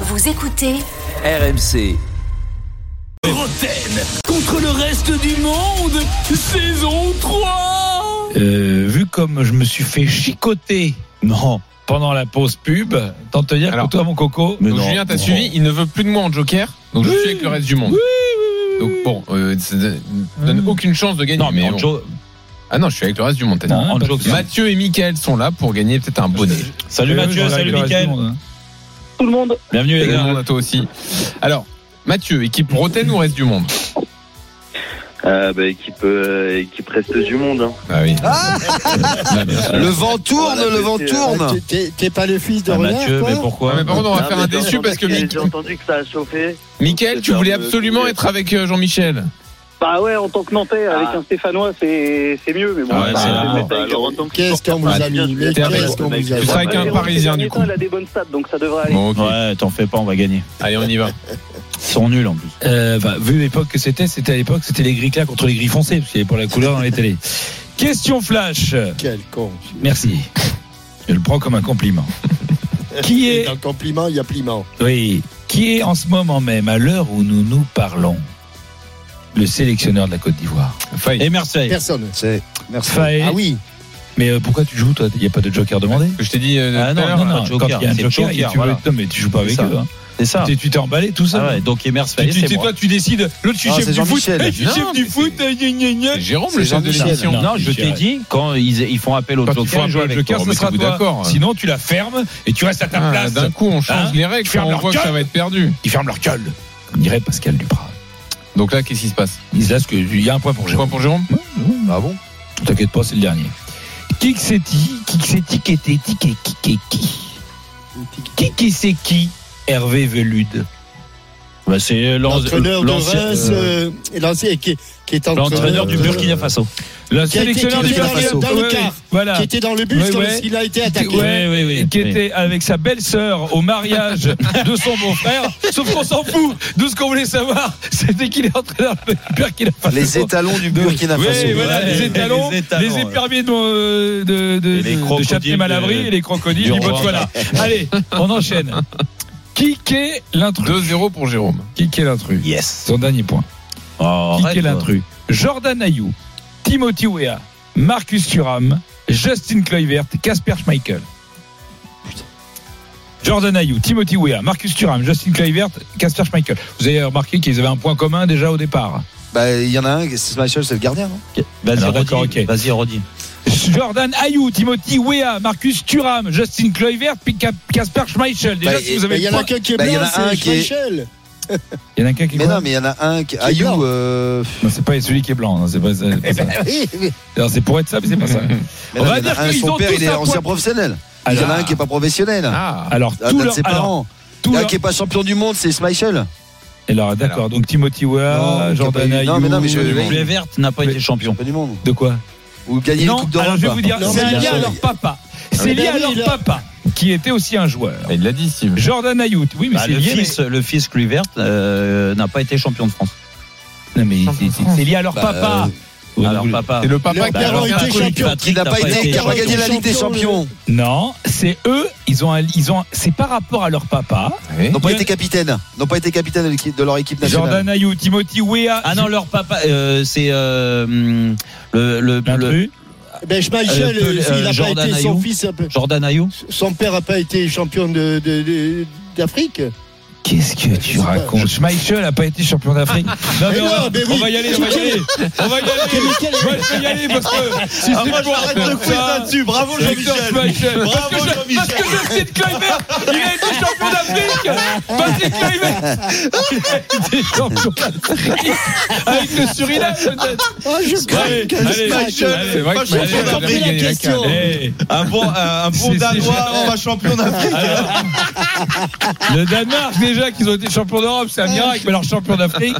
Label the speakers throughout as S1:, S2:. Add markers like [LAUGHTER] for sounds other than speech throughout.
S1: Vous écoutez
S2: RMC.
S3: Roten contre le reste du monde, saison 3
S4: Euh, vu comme je me suis fait chicoter, non, pendant la pause pub, tant te dire
S5: Alors.
S4: que toi, mon coco.
S5: Donc Julien, t'as suivi, il ne veut plus de moi en joker, donc je
S4: Oui.
S5: suis avec le reste du monde.
S4: Oui,
S5: Donc bon, euh, ça donne donne
S4: Mmh.
S5: aucune chance de gagner.
S4: Non, mais,
S5: mais
S4: en,
S5: bon.
S4: jo-
S5: Ah non, je suis avec le reste du monde. t'as dit.
S4: non, en joke.
S5: Mathieu et Michael sont là pour gagner peut-être un bonnet.
S4: Salut Mathieu, salut Mickaël.
S6: tout le monde.
S4: Bienvenue les
S5: Et
S4: gars.
S5: à toi aussi. Alors, Mathieu, équipe Roten ou reste du monde
S6: Euh, bah, équipe, euh, équipe reste du monde. hein.
S5: Ah oui.
S7: Le vent tourne,
S6: Voilà,
S7: le vent
S6: c'est-
S7: tourne.
S8: T'es- T'es pas le fils de
S4: Ah,
S8: Renard,
S4: Mathieu,
S8: toi
S4: mais pourquoi
S5: mais par contre, on va
S6: Ah,
S5: faire
S6: mais
S5: un
S6: j'ai
S5: déçu
S6: entendu
S5: parce que Mi-
S6: J'ai entendu que ça a chauffé.
S5: Michael, tu voulais absolument être avec euh, Jean-Michel.
S6: Bah ouais, en tant que Nantais, avec
S8: Ah.
S6: un Stéphanois, c'est c'est mieux. Mais bon,
S4: Ah ouais,
S6: bah,
S4: c'est
S6: c'est
S4: la
S6: le
S4: mort.
S6: mec avec-
S8: Qu'est-ce qu'on vous a mis Mais
S5: t'es avec-
S8: qu'est-ce qu'on vous a
S5: Tu
S8: mis
S5: seras avec un
S6: Jérôme,
S5: Parisien
S6: ces
S5: du
S6: derniers
S5: coup.
S6: temps, Il a des bonnes stats, donc ça devrait aller.
S5: Bon, ok.
S4: Ouais, t'en fais pas, on va gagner.
S5: Allez, on y va.
S4: Ils sont nuls en plus. Euh, bah, vu l'époque que c'était, c'était à l'époque, c'était les gris clairs contre les gris foncés, parce qu'il y avait pour la couleur dans les télés. Question flash.
S8: Quel con.
S4: Merci. Je le prends comme un compliment. Qui est
S8: Dans le compliment, il y a pliment.
S4: Oui, qui est en ce moment même, à l'heure où nous nous parlons, le sélectionneur de la Côte d'Ivoire.
S5: Faye.
S4: Et Marseille.
S8: Personne. C'est. Merci.
S4: Faye.
S8: Ah oui.
S4: Mais euh, pourquoi tu joues, toi Il n'y a pas de joker demandé
S5: Je t'ai dit. euh,
S9: Ah
S5: tout à
S9: non,
S5: l'heure,
S9: non,
S5: là.
S9: non,
S4: Quand
S9: joker,
S4: il y a un
S9: c'est
S4: joker,
S9: le joker,
S4: et tu
S9: voilà.
S4: veux- non, mais tu joues pas avec
S9: C'est ça.
S4: eux. hein.
S9: C'est ça.
S4: Tu- Tu t'es emballé tout ça
S9: Ah ouais, donc Emers
S4: Tu-
S9: Faye,
S4: tu-
S9: c'est
S4: tu-
S9: moi.
S4: toi, tu décides, l'autre, je suis
S7: Ah,
S4: chef
S7: c'est
S4: du foot,
S7: Jean-Michel.
S4: Eh, je suis
S5: Non,
S4: chef du
S5: mais
S4: foot,
S5: c'est-
S4: eh, gna, gna, gna.
S5: C'est Ah, Jérôme,
S7: C'est
S5: le chef de
S7: Jean-Michel.
S5: l'émission.
S9: Non, je
S4: Michel.
S9: t'ai dit, quand ils, ils font appel au
S5: Quand ils font
S9: joker,
S4: Faut
S5: appel
S4: jouer avec le
S5: D'accord,
S4: joker, ce
S5: mais
S4: sera
S5: vous
S4: toi.
S9: hein.
S5: d'accord.
S4: Sinon, tu la fermes et tu restes à ta
S5: Ah,
S4: place.
S5: D'un coup, on change
S4: Hein
S5: les règles.
S4: Tu fermes
S5: quand On
S4: leur
S5: voit que
S4: gueule.
S5: ça va être perdu.
S4: Ils ferment leur gueule. On dirait Pascal Duprat.
S5: Donc là, qu'est-ce qui se passe
S4: Ils disent que il y a un point pour Jérôme.
S5: Point pour Jérôme
S7: Ah bon
S4: Mmh. T'inquiète pas, c'est le dernier. Qui que c'est qui Qui que c'est qui qui était qui qui qui qui qui Qui qui c'est qui Hervé Velude.
S9: bah,
S4: euh,
S9: c'est l'en-
S8: L'entraîneur de
S9: l'ancien-
S8: Reims, euh, et l'ancien qui, qui est entraîneur,
S9: l'entraîneur du
S8: de-
S9: Burkina Faso.
S4: Le
S8: Qui a été-
S4: sélectionneur
S8: qui
S4: du
S8: était dans
S4: Burkina
S8: le-
S4: Faso.
S8: dans le
S4: Ouais,
S8: quart.
S4: ouais, Voilà.
S8: qui était dans le bus
S4: Ouais,
S8: quand
S4: ouais.
S8: il a été attaqué.
S4: Ouais, ouais, ouais. qui
S9: Oui.
S4: était avec sa belle-sœur au mariage de son beau-frère. Sauf qu'on s'en fout de ce qu'on voulait savoir. C'était qu'il est entraîneur du Burkina Faso.
S7: Les étalons du
S4: De-
S7: Burkina
S4: Oui,
S7: Faso.
S4: voilà,
S9: Ouais,
S4: les étalons,
S9: les étalons,
S4: les
S9: ouais.
S4: éperviers de, de, de,
S9: Et les
S4: de- de
S9: crocodiles
S4: Châtelet-Malabry
S9: de-
S4: et les crocodiles du
S9: du
S4: Botswana. Allez, on enchaîne. Qui est l'intrus
S5: 2-0 pour Jérôme.
S4: Qui est l'intrus
S9: Yes.
S4: Son dernier point.
S9: Oh,
S4: Qui
S9: arrête,
S4: est
S9: toi.
S4: l'intrus Jordan Ayou, Timothy Weah, Marcus Thuram, Justin Kluivert, Casper Schmeichel. Jordan Ayou, Timothy Weah, Marcus Thuram, Justin Kluivert, Casper Schmeichel. Vous avez remarqué qu'ils avaient un point commun déjà au départ.
S7: Bah, il y en a un, c'est Michael, c'est le gardien, non
S9: Vas-y,
S4: Alors,
S9: redis.
S4: d'accord, ok.
S9: Vas-y, redis.
S4: Jordan Ayou, Timothy Weah, Marcus Thuram, Justin Kluivert, puis Cap- Casper Schmeichel. Déjà,
S7: Bah,
S4: si vous
S8: Mais
S4: avez
S8: il y en
S4: trois-
S8: a qu'un qui est
S7: Bah, il y en
S8: blanc,
S7: a un
S8: c'est
S7: qui est-
S8: Michel.
S4: Il y en a qu'un qui est
S7: Mais
S4: blanc.
S7: non, mais il y en a un qui.
S8: est blanc.
S7: Ayou,
S8: [LAUGHS]
S7: euh,
S4: Non, c'est pas celui qui est blanc. non, c'est pas ça, c'est pas ça.
S7: [LAUGHS]
S4: Non, c'est pour être ça, mais c'est pas ça.
S7: mais
S4: On
S7: non,
S4: va
S7: il y en a
S4: dire
S7: un,
S4: qu'ils ont
S7: son père,
S4: tous
S7: il est
S4: un
S7: ancien
S4: point.
S7: professionnel. Il y en a un qui est pas professionnel.
S5: Ah,
S4: Alors,
S7: Un Ah,
S4: tout
S7: de
S4: leur-
S7: ses
S4: alors,
S7: parents.
S4: tout
S7: Là,
S4: leur-
S7: qui est pas champion du monde, c'est Michael.
S4: Et Alors, d'accord. Donc, Timothy Weah, Jordan
S7: Non, qui a pas eu-
S4: Ayou.
S7: non, mais non, mais je-
S4: Dubois.
S7: oui.
S9: Kluivert n'a pas
S4: Mais-
S9: été champion.
S7: Champion du monde.
S4: De quoi
S7: Ou gagner une Coupe d'Europe.
S4: alors je vais vous dire,
S8: Non,
S4: c'est
S8: mais
S4: lié
S8: il a-
S4: à leur papa. C'est
S8: mais
S4: lié à
S8: oui,
S4: leur
S8: il a-
S4: papa, qui était aussi un joueur.
S5: bah, il l'a dit, Steve.
S4: Jordan Ayou, oui, mais
S9: Bah,
S4: c'est
S9: le,
S4: lié. mais-
S9: fils, le fils Kluivert euh, n'a pas été champion de France. Bah,
S4: Non, mais c'est- c'est- c'est lié à leur papa. Ouais,
S9: Alors,
S4: vous-
S9: euh, papa.
S5: C'est le papa
S8: Leur
S5: qui
S9: Bah,
S8: père
S9: alors,
S8: a été
S9: Patrick,
S8: champion.
S9: Patrick
S7: Il n'a pas été, qui a pas
S8: champion.
S7: gagné la Ligue des Champions.
S4: Non, c'est eux, ils ont, un- ils ont, un- c'est par rapport à leur papa.
S5: Oui.
S7: N'ont pas
S4: Il y a-
S7: été capitaine. N'ont pas été capitaine de l'équipe- de leur équipe nationale.
S4: Jordan Ayou, Timothy Weah.
S9: Ah non, leur papa, euh, c'est euh, hum, le, le, le-
S4: l'intrus.
S8: Ben, Schmeichel,
S9: Euh, Pel-
S8: euh, il
S9: euh,
S8: a pas
S9: Jordan
S8: été son
S9: Ayew.
S8: fils. a pas-
S9: Jordan Ayou.
S8: Son père n'a pas été champion de- de- de- d'Afrique.
S4: Qu'est-ce que tu
S8: Bah, sais pas.
S4: racontes Schmeichel n'a pas été champion
S8: [LAUGHS]
S4: d'Afrique. Non,
S8: Mais
S4: on, va,
S8: non, mais oui.
S4: on va y aller, on va y aller. On va y aller. Moi, je vais y aller parce
S8: Ah,
S4: que si c'est pour faire ça,
S7: Bravo,
S4: Victor Schmeichel. Parce que je- parce que Justin Kluivert, il a été champion d'Afrique. Patrick Kluivert, il a été champion d'Afrique avec le Suriname peut-être.
S8: Oh, je
S4: Allez,
S8: craque, je
S4: allez,
S8: craque.
S4: Michel,
S5: C'est vrai que
S4: Allez,
S5: Michael
S4: allez,
S5: a
S4: allez,
S5: bien gagné la
S8: question.
S5: canne.
S4: Eh,
S9: Un bon, un
S4: bon C'est- Danois, c'est- on va
S9: champion d'Afrique.
S4: Alors, le Danemark, déjà, qu'ils ont été champions d'Europe, c'est un miracle, mais alors champion d'Afrique.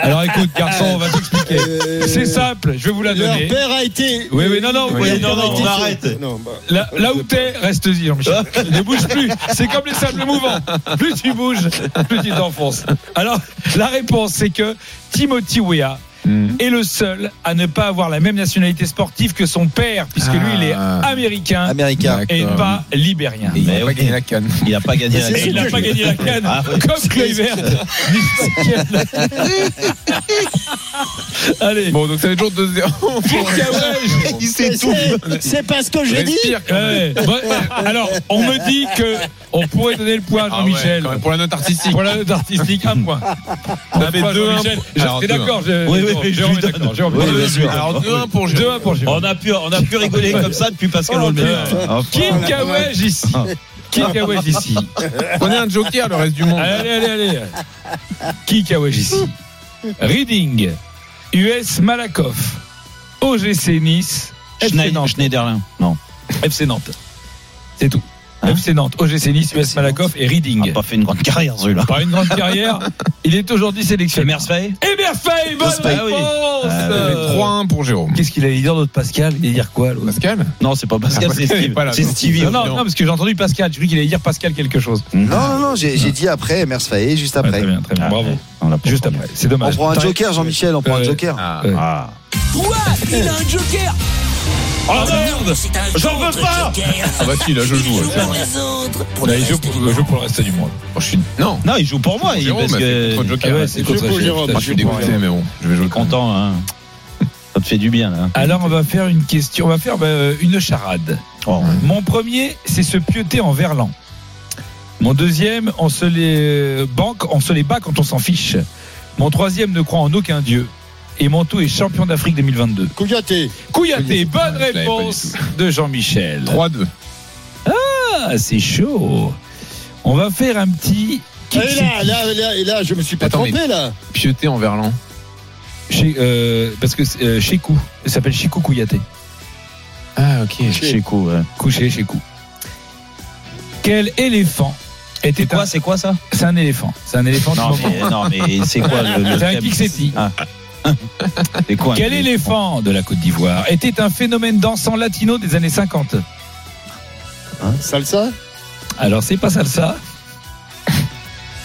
S4: Alors écoute, garçon, on va t'expliquer.
S8: Euh,
S4: C'est simple, je vais vous la
S8: Leur
S4: donner.
S8: père a été.
S4: Oui, oui, non, non,
S8: Leur
S4: oui,
S8: père
S4: non,
S8: a
S4: non,
S8: été-
S4: on
S9: arrête.
S8: Non, bah,
S4: Là, là où t'es, reste-y, Jean-Michel. Ne bouge plus. C'est comme les sables mouvants. Plus tu bouges, plus tu t'enfonces. Alors, la réponse, c'est que Timothy Weah est le seul à ne pas avoir la même nationalité sportive que son père, puisque lui, il est
S5: Ah.
S4: américain
S7: Américain.
S4: et
S5: D'accord.
S4: pas libérien.
S5: Et il
S9: Mais
S5: a pas
S9: ok.
S5: gagné la canne.
S9: Il n'a pas
S5: [LAUGHS]
S9: gagné la
S4: Et il n'a pas gagné la canne,
S9: Ah,
S4: comme Kluivert. Allez,
S5: Bon, donc ça fait toujours 2-0.
S4: pour Cabrège.
S9: Il sait
S8: C'est- C'est pas ce que j'ai dit.
S5: Respire quand même.
S4: Ouais, bon, alors, on me dit que on pourrait donner le point à
S5: Ah ouais,
S4: Jean-Michel.
S5: quand même, Pour la note artistique.
S4: Voilà note artistique, un point. Un
S5: fait
S4: point,
S5: deux,
S4: Jean-Michel.
S5: un point.
S4: Je-
S5: Alors,
S4: T'es
S5: deux,
S4: d'accord je-
S9: Oui, oui,
S4: Jérôme
S9: mais je
S4: est
S9: lui donne.
S4: d'accord, Jérôme.
S7: Oui, bien
S4: Deux,
S7: sûr.
S5: Alors 2-1 pour
S4: Deux,
S5: Jérôme.
S4: un pour Jérôme.
S9: On a pu, on a pu rigoler comme ça depuis Pascal
S4: Oh,
S9: Olmert.
S4: putain.
S9: Enfin.
S4: Kim Kawaj ici. Kim Kawaj ici.
S5: Prenez un joker le reste du monde.
S4: Allez, allez, allez. Qui Kawaj ici Reading, US Malakoff, OGC Nice, FC
S9: Schneid-
S4: Nantes.
S9: Schneiderlin. Non.
S4: FC Nantes. C'est tout.
S9: Hein
S4: FC Nantes, OGC Nice, US Malakoff et
S9: Il
S4: Reading.
S9: n'a pas fait une grande carrière, celui-là.
S4: Pas une grande carrière. Il est aujourd'hui
S9: C'est
S4: sélectionné.
S9: Mersfey
S4: Eberfey, bonne
S9: Ah oui.
S4: réponse
S9: Ah,
S5: Ça fait
S4: Euh,
S5: 3-1 pour Jérôme.
S4: Qu'est-ce qu'il allait dire d'autre Pascal Il allait dire quoi l'autre
S5: Pascal
S9: Non, c'est pas Pascal,
S5: Ah,
S9: c'est
S5: Pascal est
S9: Steve.
S5: pas là.
S9: C'est Stevie.
S4: non, non, non, parce que j'ai entendu Pascal, j'ai cru qu'il allait dire Pascal quelque chose.
S7: Non, non, non, j'ai j'ai dit après, Mers Faye, juste
S4: Ouais,
S7: après.
S4: très bien, très bien,
S9: Ah,
S4: bravo.
S9: ouais. On l'a pas
S4: Juste
S9: entendu.
S4: après, c'est
S7: On
S4: dommage.
S7: prend un
S4: T'arrête.
S7: joker, Jean-Michel, on prend un
S4: Ouais.
S7: joker.
S5: Ah.
S9: Ah.
S3: Quoi Il a un joker Ah,
S4: Oh merde
S3: J'en veux pas
S5: Ah bah si, là je joue. ouais, c'est vrai. Bah, euh,
S4: Là, il joue pour, il joue pour le reste du monde.
S5: Oh, je suis... Non
S9: Non, il joue pour moi. Il,
S5: Jérôme,
S9: parce
S5: mais c'est
S9: que
S5: contre
S9: Ah
S5: Joker.
S9: ouais,
S5: ouais,
S9: c'est
S5: c'est
S9: contre
S5: contre
S9: Jérôme.
S5: Jérôme. Je suis dégoûté, mais bon, je vais jouer
S9: Je
S5: le
S9: suis
S5: compte.
S9: content. Hein. Ça te fait du bien. Là.
S4: Alors, on va faire une question, on va faire bah, une charade.
S9: Oh.
S4: Mon premier, c'est se pioter en verlan. Mon deuxième, on se les euh, banque, on se les bat quand on s'en fiche. Mon troisième ne croit en aucun dieu. Et mon tout est champion d'Afrique 2022.
S8: Kouyaté.
S4: Kouyaté, bonne
S5: Ouais, je l'avais pas
S4: réponse de Jean-Michel.
S5: 3-2.
S4: Ah, c'est chaud. On va faire un petit.
S8: Ah, Et là, là, là, et là, je me suis pas
S5: Attends, mais-
S8: trompé là.
S5: Pioté en verlan.
S4: Chez, euh, parce que c'est, euh, Shekou, il s'appelle Shekou Kouyaté.
S5: Ah ok.
S9: C'est cool. ouais.
S4: Couché Shekou. Quel éléphant était
S9: C'est quoi,
S4: un-
S9: c'est quoi ça
S4: C'est un éléphant. C'est un éléphant du
S9: non
S4: moment.
S9: mais, non, mais c'est quoi le. le
S4: [LAUGHS] C'est un
S9: thème
S4: Kixeti.
S9: Ah. C'est quoi un
S4: Quel
S9: Kixeti
S4: éléphant de la Côte d'Ivoire était un phénomène dansant latino des années 50
S8: Salsa,
S4: Alors, c'est pas salsa.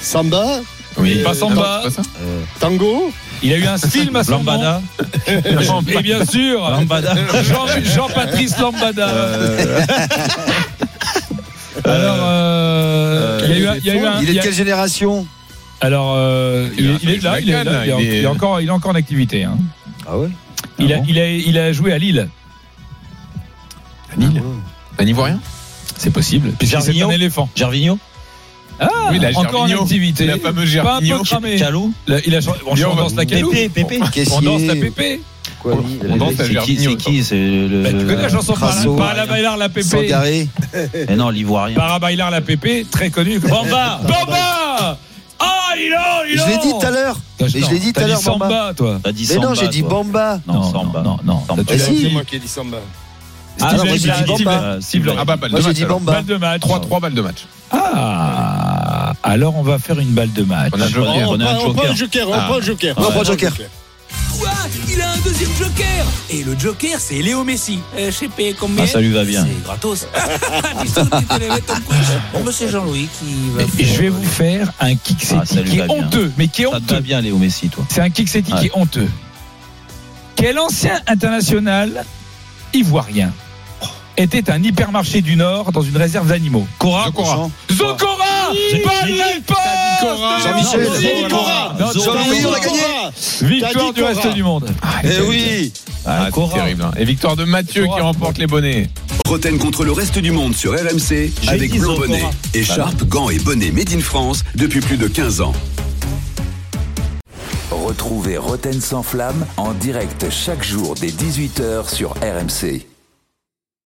S8: samba,
S5: Oui.
S4: Passe en
S5: Ah, non,
S4: bas.
S5: c'est pas ça
S8: tango.
S4: Il a eu un film à son
S9: Lambada
S4: nom. Et bien sûr,
S9: Lambada
S4: Jean- Jean-Patrice Lambada.
S9: Euh,
S4: Alors, euh, il y a eu un- il y a eu un.
S7: Il
S4: il
S7: est
S4: y
S7: de
S4: a-
S7: quelle génération
S4: Alors, euh,
S5: Il
S4: il,
S5: a
S4: est- il est là,
S5: fait
S4: il est là,
S5: Lacan,
S4: il est en-
S5: il est-
S4: il est encore, il est encore en activité. hein.
S7: Ah ouais
S4: Il, a,
S9: bon
S4: il, a, il a joué à Lille,
S5: Un Nil Un Ivoirien
S4: c'est possible, puisque c'est
S9: Gervinho
S4: un éléphant.
S9: Gervinho
S4: Ah,
S5: Oui, la
S4: encore en
S5: Gervinho.
S4: activité.
S5: La fameuse
S4: Pas un peu
S5: Gervinho.
S4: cramé.
S9: Calou
S4: Là, il a changé. on
S5: Bien,
S4: chante,
S5: on
S4: danse
S5: va-
S4: la Calou.
S9: Pépé Pépé
S4: On danse la
S7: Caissier,
S4: pépé. Oh,
S7: quoi, oui,
S5: On danse à
S9: C'est qui
S5: Gervinho.
S9: C'est qui C'est
S4: Bah, tu connais la
S9: le.
S4: chanson
S7: Crasso.
S4: Par la bailar la pépé.
S7: Sangaré.
S9: Eh non, l'Ivoirien.
S4: Para bailar la pépé, très connu. [LAUGHS] Bamba Bamba Ah, il est là, il est
S7: Je
S4: là
S7: l'ai dit tout à l'heure.
S4: Attends,
S7: mais je l'ai dit tout à
S4: t'as
S7: l'heure, Bamba.
S4: Samba, toi. Ah,
S9: T'as dit
S7: Mais non,
S9: Samba,
S7: j'ai dit
S9: toi.
S7: Bamba. Ah,
S9: Non, Samba. Non, non.
S4: Samba.
S7: Mais si.
S8: C'est moi qui ai dit samba.
S9: Ah,
S4: Steve
S9: non, moi,
S4: Lane,
S9: j'ai dit
S4: Steve
S9: Bamba.
S4: Lane, Steve Lane.
S5: Ah bah balle
S7: Moi
S5: de
S7: j'ai
S5: match.
S7: dit
S5: alors.
S7: Bamba.
S4: Balle de match.
S5: 3-3 balles de match.
S4: Ah Alors, on va faire une balle de match.
S5: On a
S9: Ok,
S5: joué.
S9: on
S8: On
S9: a un
S8: prend on prend
S9: joker.
S8: le joker, on
S9: Ah.
S8: prend le joker.
S7: On prend le joker.
S3: Quoi Il a un deuxième joker Et le joker, c'est Léo Messi. Euh, je sais pas combien.
S9: Ah, ça lui va bien.
S3: C'est gratos. [LAUGHS] Tu sais, tu te les mets ton quiz. Bon, ben, c'est Jean-Louis qui va.
S4: Et
S3: faire-
S4: je vais vous faire un kick
S9: Ah, ça lui
S4: qui
S9: va
S4: est
S9: bien.
S4: honteux, mais qui est
S9: Ça te va
S4: honteux.
S9: bien, Léo Messi, toi.
S4: C'est un kick setting
S9: Ouais.
S4: qui est honteux. Quel ancien international ivoirien était un hypermarché du Nord dans une réserve d'animaux
S9: Cora
S5: Zokora.
S4: Zokora
S9: j'ai
S4: Bonne
S9: dit,
S5: Cora.
S4: réponse
S7: Jean-Michel.
S4: Non, c'est
S8: Cora.
S4: Non,
S9: Zokora.
S4: Jean-Louis,
S7: Jean-Louis,
S4: on
S7: on
S4: l'a
S7: l'a
S4: gagné.
S8: T'as
S4: Victoire
S8: dit
S4: du reste
S8: Cora.
S4: du monde.
S7: Eh oui
S9: Ah,
S5: Ah, c'est
S9: Cora.
S5: terrible. hein. Et victoire de Mathieu qui remporte les bonnets.
S3: euh,
S1: Roten contre le reste du monde sur RMC avec
S9: dit
S1: blanc
S9: Zocora.
S1: bonnet, écharpe, gants et bonnet made in France depuis plus de 15 ans.
S2: Retrouvez Roten sans flamme en direct chaque jour dès 18h sur RMC.